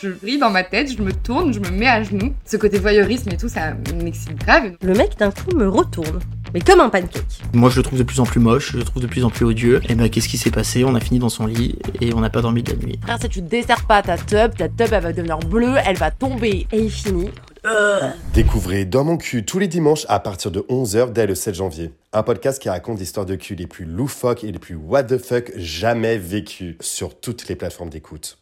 Je ris dans ma tête, je me tourne, je me mets à genoux. Ce côté voyeurisme et tout, ça m'excite grave. Le mec d'un coup me retourne, mais comme un pancake. Moi, je le trouve de plus en plus moche, je le trouve de plus en plus odieux. Et ben, qu'est-ce qui s'est passé On a fini dans son lit et on n'a pas dormi de la nuit. Frère, si tu desserres pas ta tub, ta tub elle va devenir bleue, elle va tomber. Et il finit. Découvrez Dans mon cul tous les dimanches à partir de 11h dès le 7 janvier. Un podcast qui raconte l'histoire de cul les plus loufoques et les plus what the fuck jamais vécues sur toutes les plateformes d'écoute.